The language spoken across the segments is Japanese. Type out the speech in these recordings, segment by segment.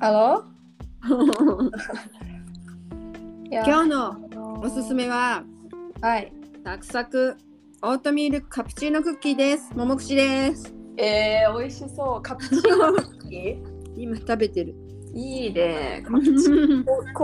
ハローいや今日のおすすめははい。サクサクオートミールカプチーノクッキーです。ももくしです。えー、美味しそう。カプチーノクッキー 今食べてる。いい ね。ココ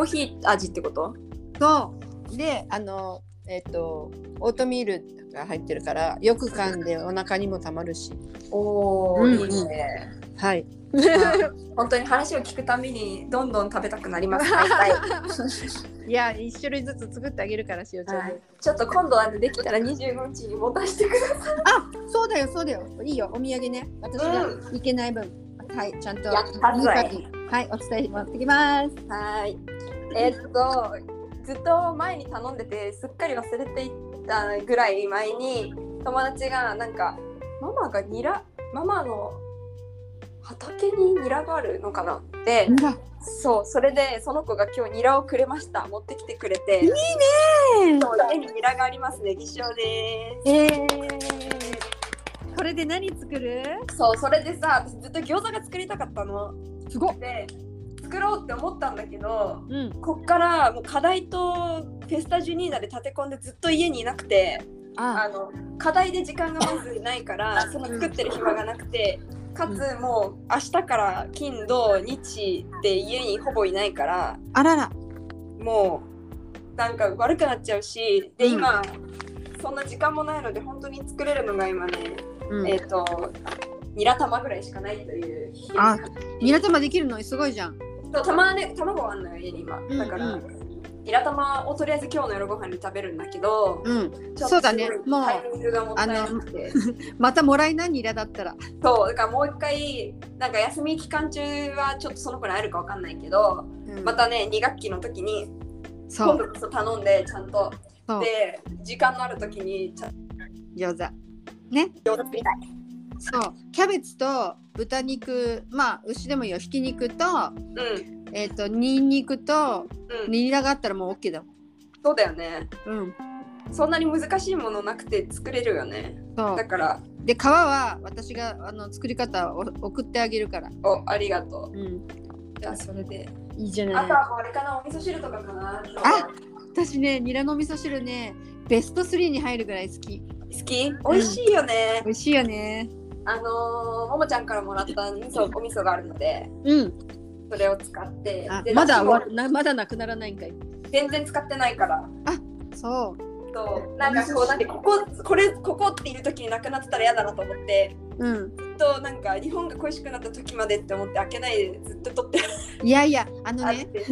ーヒー味ってことそう。で、あの、えっ、と、オートミールが入ってるから、よく噛んでお腹にもたまるし。おーいいね。はい。 本当に話を聞くためにどんどん食べたくなります。 はいいや、一種類ずつ作ってあげるから、しおちゃんに。ちょっと今度はできたら25日に持たせてくださあ、そうだよ、そうだよ。いいよ、お土産ね。私がいけない分。はい、ちゃんと。やったぞいはい、お伝え持ってきます。はい。えっと、ずっと前に頼んでて、すっかり忘れていったぐらい前に、友達がなんか、ママがニラ、ママの畑にニラがあるのかなって、わそう、それでその子が今日ニラをくれました。持ってきてくれて、そう家にニラがありますね、偽証でえー、これで何作るす。そう、それでさ、私ずっと餃子が作りたかったの。すごっで、作ろうって思ったんだけど、うん。こっからもう課題とフェスタジュニーナで立て込んでずっと家にいなくてああの課題で時間がまずないからその作ってる暇がなくてかつもう明日から金土日で家にほぼいないからあらら。もうなんか悪くなっちゃうしでうん今、そんな時間もないので本当に作れるのが今ね、うえっ、とニラ玉ぐらいしかないというあ、ニラ玉できるのすごいじゃん。そうたまね卵あんのよ家に今だから、うんうニラ玉をとりあえず今日の夜ご飯に食べるんだけど、うん。ちょっとそうだねすごいもうタイミングがもったいなくて またもらいな、ニラだったら。そうだからもう一回なんか休み期間中はちょっとその子に会えるかわかんないけど、またね2学期の時にそ今う。度こそ頼んでちゃんとそう。で時間のある時にちゃん餃子。と作りたいそう。キャベツと豚肉、まあ、牛でもいいよ。ひき肉と、うんえっ、と、ニンニクと、うんニラがあったらもう OK だもん。そうだよねうん。そんなに難しいものなくて作れるよねそうだ。からで、皮は私があの作り方を送ってあげるから。おありがとうん。うじゃあそれでいいじゃあないと。はもうあれかなお味噌汁とかかなあ私ね、ニラの味噌汁ね、ベスト3に入るぐらい好き。好き美味しいよね、美味しいよね。あのー、ももちゃんからもらった味噌お味噌があるのでうん。それを使ってあでま出だ汁終もわなまだなくならないんかい。全然使ってないからそそうなんかこうだってこここれここっている時になくなってたら嫌だなと思ってう。うずん。っとなんか日本が恋しくなった時までって思って開けないでずっと取っていやいや、あのあっね、て、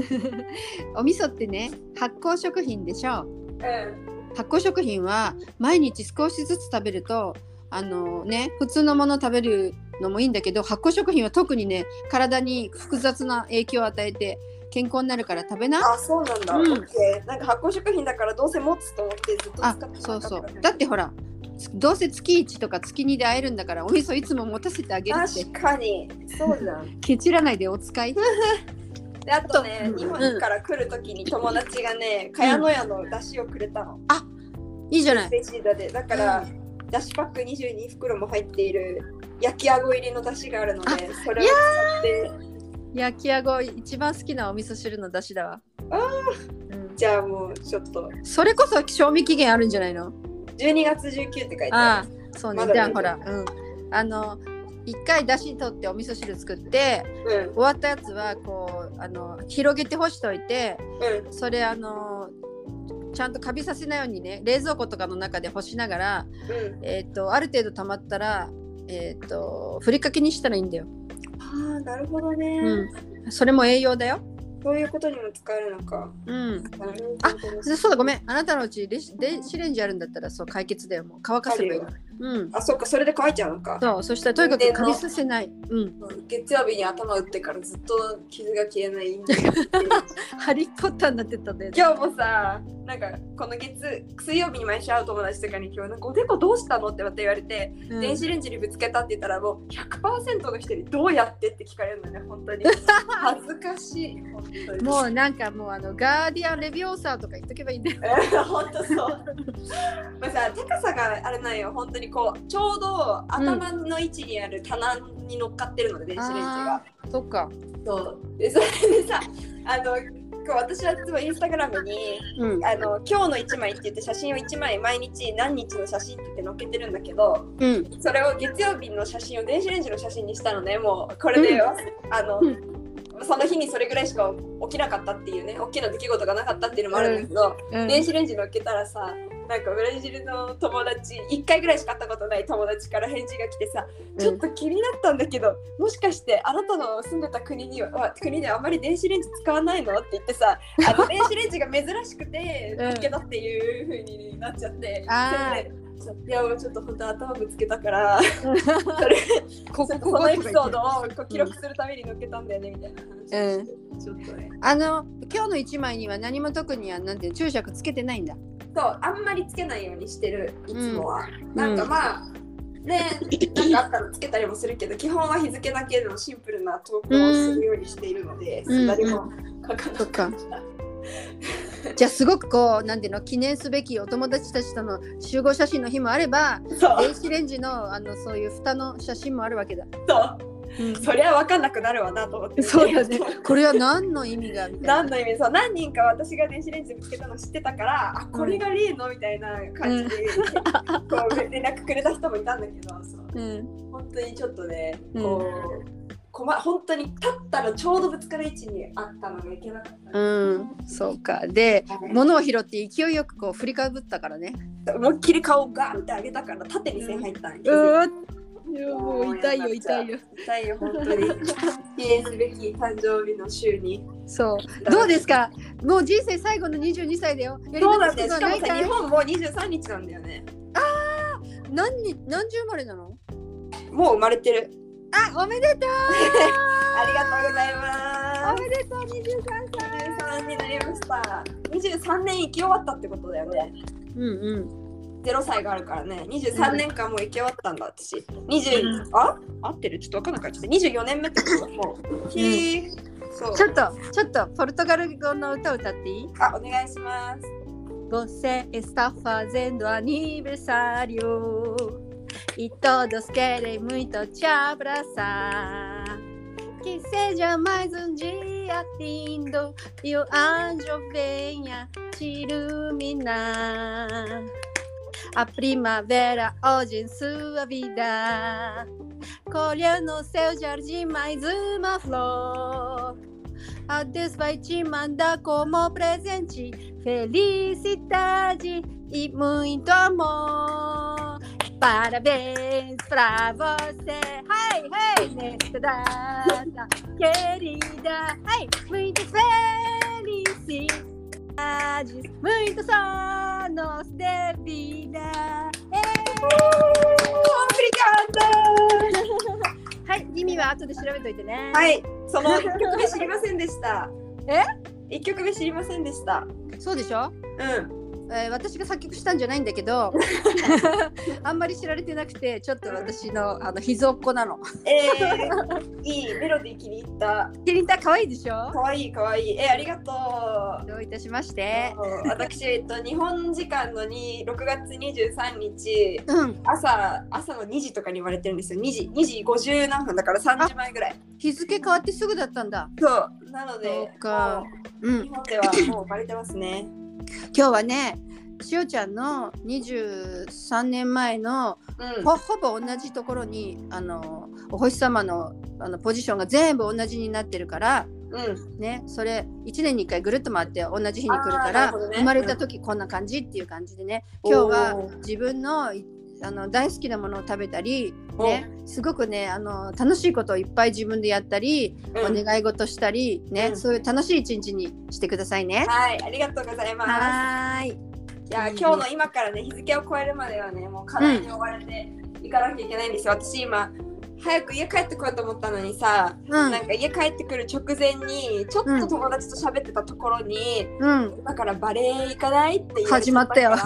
お味噌ってね、発酵食品でしょ。うん発酵食品は毎日少しずつ食べると、あのね、普通のもの食べるのもいいんだけど、発酵食品は特にね、体に複雑な影響を与えて健康になるから食べな。あそうなんだ、うんオッケーなんか発酵食品だからどうせ持つと思ってずっと使あってなかったそうそうだってほらつどうせ月1とか月2で会えるんだからお味噌いつも持たせてあげるって確かにそうじゃんケチらないでお使いであとねうん日本から来る時に友達がね茅野屋の出汁をくれたのいいじゃないレジーダでだから、だしパック22袋も入っている焼きあご入りのだしがあるのでそれを使って焼きあご一番好きなお味噌汁の出汁だわうんじゃあもうちょっとそれこそ賞味期限あるんじゃないの12月19って書いてああるあそうまだねじゃ大あ丈夫ほらうんあの一回出汁取ってお味噌汁作ってうん終わったやつはこうあの広げて干しといてうそれあのちゃんとカビさせないようにね冷蔵庫とかの中で干しながらんうんえっとある程度溜まったら、えっとふりかけにしたらいいんだよ、ああなるほどね、うん、それも栄養だよ、そういうことにも使えるのかうなん、るほどあそそうだごめんあなたのうちレシ電子レンジあるんだったらそう解決だよもう乾かせばいいある、うん、あそっかそれで乾いちゃうのかそうそしたらとにかくカビさせない、うん、月曜日に頭打ってからずっと傷が消えない ハリー・ポッターになってたんだよね今日もさなんかこの月水曜日に毎週会う友達とかに今日なんかおでこどうしたのってまた言われてうん電子レンジにぶつけたって言ったらもう100%の人にどうやってって聞かれるのね本当 に恥ずかしい本当にもうなんかもうあのガーディアン・レビオーサーとか言っとけばいいんだよ、 本当そうまあさ高さがあれなんよ本当にこうちょうど頭の位置にある棚に乗っかってるので電子レンジが。そっか。そうでそれでさあのこう私はいつもインスタグラムにうん。あの今日の1枚って言って写真を1枚毎日何日の写真って言って載っけてるんだけどうん。それを月曜日の写真を電子レンジの写真にしたのねもうこれで、あの、うその日にそれぐらいしか起きなかったっていうね大きな出来事がなかったっていうのもあるんだけど、うん電子レンジ乗っけたらさなんかブラジルの友達1回ぐらいしか会ったことない友達から返事が来てさちょっと気になったんだけど、もしかしてあなたの住んでた国には国ではあまり電子レンジ使わないのって言ってさあの電子レンジが珍しくて うん見つけたっていう風になっちゃって、あーそれでそういや俺ちょっと本当頭ぶつけた からそれこそこうこここのエピソードをこう記録するために載っけたんだよねみたいな話をして、ちょっとねあの今日の一枚には何も特にはなんていうの注釈つけてないんだ。そうあんまりつけないようにしてるいつもは、んなんかまあ、ねなんかあったらつけたりもするけど基本は日付だけのシンプルな投稿をするようにしているので、うん誰も書かそなっかかった、。じゃあすごくこうなんていうの記念すべきお友達たちとの集合写真の日もあればそう電子レンジのあのそういう蓋の写真もあるわけだ。そうそりゃ分かんなくなるわなと思ってそうだね。これは何の意味がみたい何な。の意味そう何人か私が電子レンジで見つけたの知ってたからあこれが例のみたいな感じで、こう連絡くれた人もいたんだけどそううん。本当にちょっとね、うんこうこま本当に立ったらちょうどぶつかる位置にあったのがいけなかったのうん。そうか。で物を拾って勢いよくこう振りかぶったからね。思いっきり顔ガンって上げたから縦に線入ったんわ。痛いよ本当に記念すべき誕生日の週にそう。どうですか。もう人生最後の22歳だよ。やりそうな残んすこでとすはしかなもさ日いかい。本もう23日なんだよね何に何十生まれなの？もう生まれてるあ、おめでとう。ありがとうございおますめでとう。23歳。 23になりました23年生き終わったってことだよねうんうん。 0歳があるからね23年間もう生き終わったんだ私20、あ合ってるちょっと分かんなかった24年目ってことだもうひー、そうちょっとちょっとポルトガル語の歌歌っていい？あお願いします Você está fazendo aniversário e todos querem muito te abraçar. Que seja mais um dia lindo e o anjo venha te iluminar. A primavera hoje em sua vida, colheu no seu jardim mais uma flor. A Deus vai te mandar como presente felicidade e muito amor. Parabéns pra você, hey, hey, nesta data querida, hey, muitas felicidades, muito sonos de vida. Obrigada! はい、意味は後で調べといてね。、はいい、その1曲目知りませんでした。え ?1 曲目知りませんでした。そうでしょうん。えー私が作曲したんじゃないんだけ どあんまり知られてなくてちょっと私のあの秘蔵っ子なの。え ー、いいメロディー気に入った。キリンタ可愛いでしょかわいいかわいい。えー、ありがとう。どういたしまして。そう私、えっと、日本時間のに6月23日うん、朝朝の2時とかに言われてるんですよ2時 ,2 時50何分だから3時前ぐらい日付変わってすぐだったんだ。そうなのでそうかもう、うん日本ではもう生まれてますね今日はね、しおちゃんの23年前のうんほほぼ同じところにあのお星様のあのポジションが全部同じになってるから、うんね、それ1年に1回ぐるっと回って同じ日に来るかあーなら、るほどね生まれた時こんな感じっていう感じでね今日はおー自分のいあの大好きなものを食べたり、おね、すごくねあの楽しいことをいっぱい自分でやったり、うんお願い事したり、ねうんそういう楽しい一日にしてくださいね。はいありがとうございますはーいいやうん今日の今からね日付を超えるまではねもう課題に追われていかなきゃいけないんですよ、私今早く家帰ってこようと思ったのにさ、うんなんか家帰ってくる直前にちょっうんと友達と喋ってたところに、うん、今からバレエ行かないって言われち始まゃったよか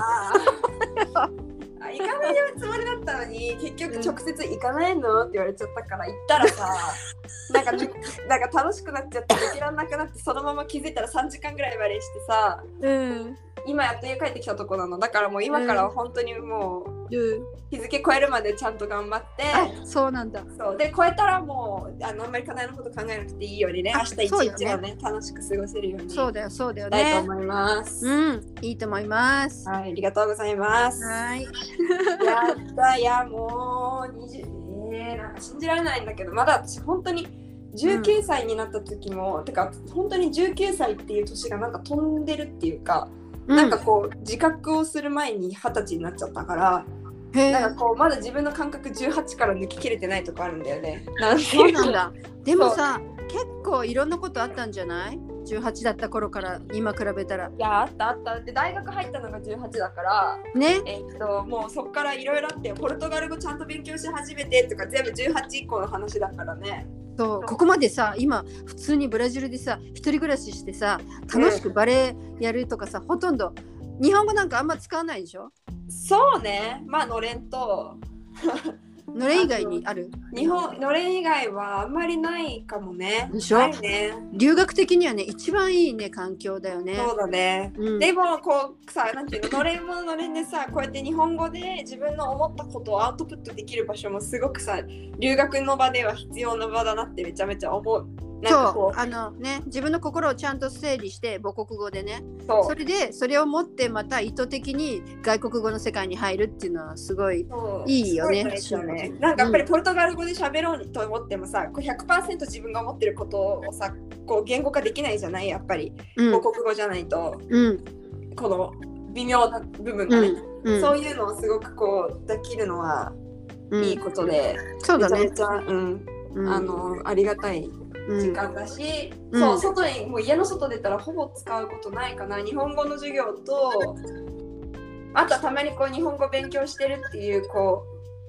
らあ行かないつもりだったのに結局直接行かないのって言われちゃったから行ったら さなんかねなんか楽しくなっちゃってできらんなくなってそのまま気づいたら3時間ぐらいバレエしてさうん今やっと家帰ってきたとこなのだからもう今からは本当にもう、る日付超えるまでちゃんと頑張ってあそうなんだそうで超えたらもうあのあんまり課題のこと考えなくていいようにねあ明日一そうよね日をね楽しく過ごせるようにそうしだよそうだよたいねと思います、うんいいと思いますはいありがとうございますはいやったいやもう20ねえなんか信じられないんだけどまだ私本当に19歳になった時も、てか本当に19歳っていう年がなんか飛んでるっていうか、なんかこう自覚をする前に20歳になっちゃったから、うんへえなんかこうまだ自分の感覚18から抜き切れてないとこあるんだよね。なんていそううなん だ。でもさ、結構いろんなことあったんじゃない？18だった頃から今比べたらいやあったあったで大学入ったのが18だからね。えっともうそっからいろいろあってポルトガル語ちゃんと勉強し始めてとか全部18以降の話だからねそうここまでさ、今普通にブラジルでさ、一人暮らししてさ、楽しくバレエやるとかさ、ほとんど日本語なんかあんま使わないでしょ？そうねまあのれんとのれ以外にある？日本のれん以外はあんまりないかもねでしょないね留学的にはね一番いいね環境だよね。そうだねうん、でもこうさなんていうののれんものれんでさこうやって日本語で自分の思ったことをアウトプットできる場所もすごくさ留学の場では必要な場だなってめちゃめちゃ思うなんかそこうあのね自分の心をちゃんと整理して母国語でねうそうそれでそれを持ってまた意図的に外国語の世界に入るっていうのはすごいそういいよねすご大事だねうんなんかやっぱりポルトガル語で喋ろうと思ってもさ、こう100%自分が思ってることをさ、こう言語化できないじゃないやっぱりうん母国語じゃないと、うんこの微妙な部分うがね、んうんそういうのをすごくこうできるのはうんいいことで、そうめだちゃめねちゃ、うん、うんあのありがたい時間だし、うんそううん外にもう家の外出たらほぼ使うことないかな日本語の授業とあとはたまにこう日本語勉強してるっていう子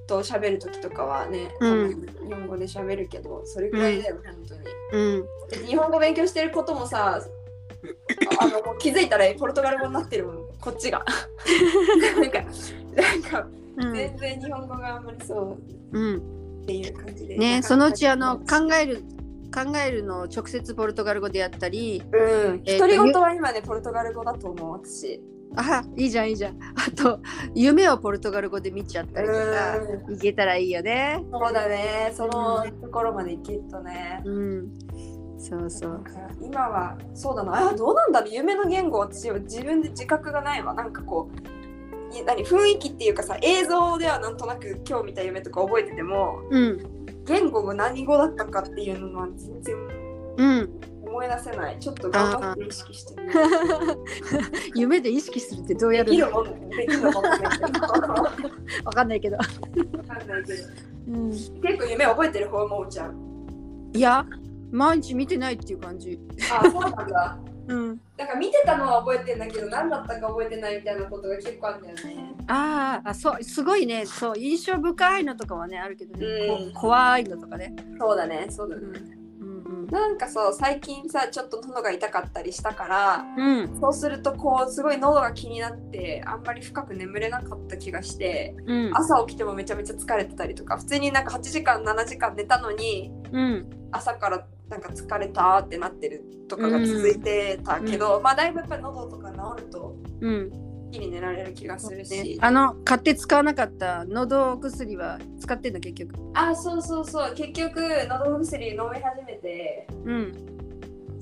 と喋る時とかはね、うん日本語で喋るけどそれくらいだよ、本当にうんで日本語勉強してることもさあのもう気づいたらポルトガル語になってるもんこっちが なんかなんかうん全然日本語があんまりそううんっていう感じでねそのうちあの考える考えるのを直接ポルトガル語でやったりうん、えーと独り言は今ねポルトガル語だと思う私。あいいじゃんいいじゃんあと夢をポルトガル語で見ちゃったりとかうんいけたらいいよねそうだね、そのところまで行けっとね。うんそうそう今はそうだなあどうなんだろう夢の言語私は自分で自覚がないわなんかこうい何雰囲気っていうかさ映像ではなんとなく今日見た夢とか覚えててもうん言語が何語だったかっていうのは全然うん思い出せないちょっと頑張って意識してみる夢で意識するってどうやでるきるのもんできるもんねわわかんないけど、かんないけどうん、結構夢覚えてる方もうちゃんいや毎日見てないっていう感じあそうなんだうんなんか見てたのは覚えてんだけど何だったか覚えてないみたいなことが結構あるんだよね。あーあそうすごいねそう印象深いのとかはねあるけどね、うんこ怖いのとかね、そうだね、そうだうん。うんなんかそう最近さちょっと喉が痛かったりしたからうんうんそうするとこうすごい喉が気になってあんまり深く眠れなかった気がしてうん朝起きてもめちゃめちゃ疲れてたりとか普通になんか8時間7時間寝たのにうん朝からなんか疲れたってなってるとかが続いてたけど、まあだいぶやっぱ喉とか治るとうん一気に寝られる気がするし、あの買って使わなかった喉薬は使ってんの結局あそうそうそう結局喉の薬飲み始めてうん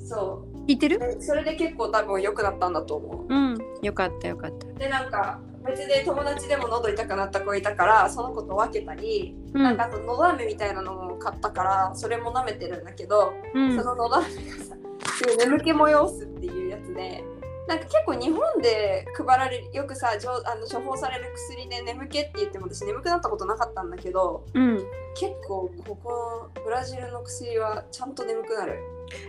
そう効いてるでそれで結構多分良くなったんだと思うんよかったよかったうでなんか別で友達でも喉痛くなった子いたからその子と分けたり、うんなんかあとのど飴みたいなのも買ったからそれも舐めてるんだけど、うんそののど飴がさこういう眠気催すっていうやつでなんか結構日本で配られるよくさじょあの処方される薬で眠気って言っても私眠くなったことなかったんだけどうん結構ここブラジルの薬はちゃんと眠くなる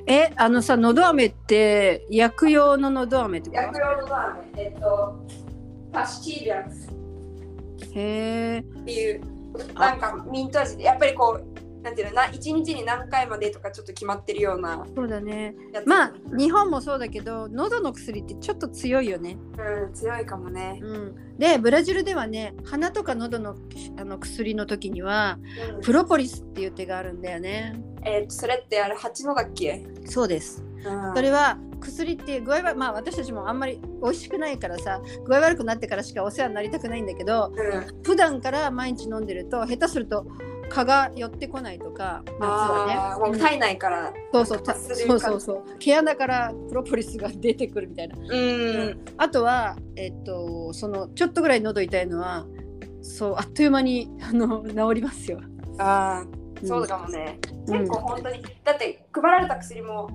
えあのさ喉飴って薬用の喉飴ってこ薬と用のど飴えっとパスチーリアスへえっていうなんかミント味でやっぱりこうなんていうのな一日に何回までとかちょっと決まってるようなそうだねやつまあ日本もそうだけど喉の薬ってちょっと強いよねうん強いかもね、うん、でブラジルではね鼻とか喉のあの薬の時にはうんプロポリスっていう手があるんだよねえっとそれってあれ蜂のだっけ、そうですうん、それは薬って具合はまあ私たちもあんまり美味しくないからさ具合悪くなってからしかお世話になりたくないんだけどうん、普段から毎日飲んでると下手すると蚊が寄ってこないとか夏あはあ、ねもう体内から。そうそうたするそうそうそう毛穴からプロポリスが出てくるみたいなううん。あとは、えっと、そのちょっとぐらい喉痛いのはそうあっという間にあの治りますよ。ああ、んそうかもね。うん結構本当に、だって配られた薬も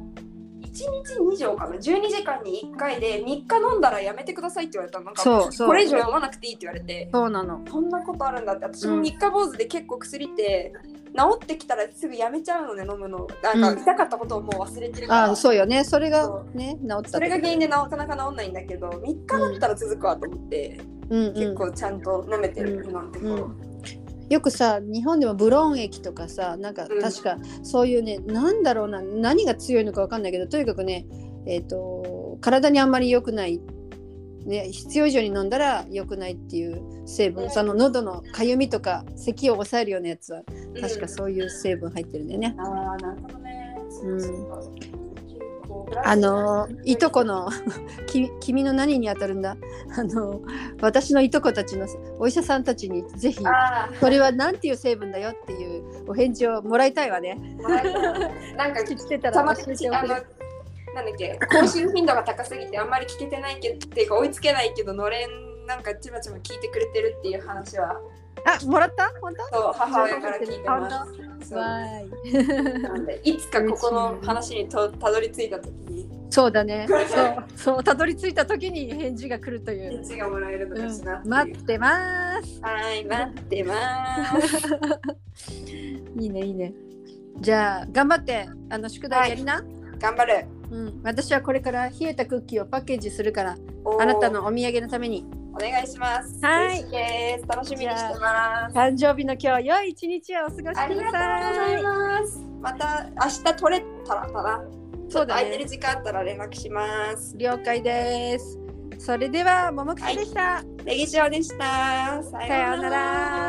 1日2錠かな12時間に1回で3日飲んだらやめてくださいって言われたのなんかそうそうこれ以上飲まなくていいって言われてそうなの。そんなことあるんだって私うもん3日坊主で結構薬って治ってきたらすぐやめちゃうのね飲むのなんうんか痛かったことをもう忘れてるから、あそうよね。そそれがね治ったそれが原因でなかなか治んないんだけど3日だったら続くわと思って、うんうん結構ちゃんと舐めてる、うん今のところ、よくさ日本でもブローン液とかさなんかうん確かそういうね、なんだろうな何が強いのかわかんないけどとにかくね、えっと体にあんまり良くない、ね、必要以上に飲んだら良くないっていう成分、うんその喉のかゆみとか咳を抑えるようなやつはうん確かそういう成分入ってるんだよね。ああなるほどね、うんそうそう結構あのーいとこの き君の何に当たるんだあのー私のいとこたちのお医者さんたちにぜひあこれは何ていう成分だよっていうお返事をもらいたいわね。ーもらえたなんか聞きてたたらま教にえておあのくなんれだっけ更新頻度が高すぎてあんまり聞けてないけどっていうか追いつけないけどのれんなんかちまちま聞いてくれてるっていう話はあもらった本当そう母親から聞いてあます。そうわーいなんでいつかここの話にとたどり着いた時にそうだね。そうそうたどり着いた時に返事が来るという返。事がもらえるのうかしら、ん、待ってます。はい待ってます。 いいねいいね。じゃあ頑張ってあの宿題やりな。頑張る。うん私はこれから冷えたクッキーをパッケージするからおーあなたのお土産のためにお願いします。はい嬉しいです。楽しみにしてます。誕生日の今日良い一日をお過ごしくださあい。りがとうございます。また明日取れたらかな。そうだねちょっと空いてる時間あったら連絡します。了解です。それではももくちでした。レギシオでした。ささようなら。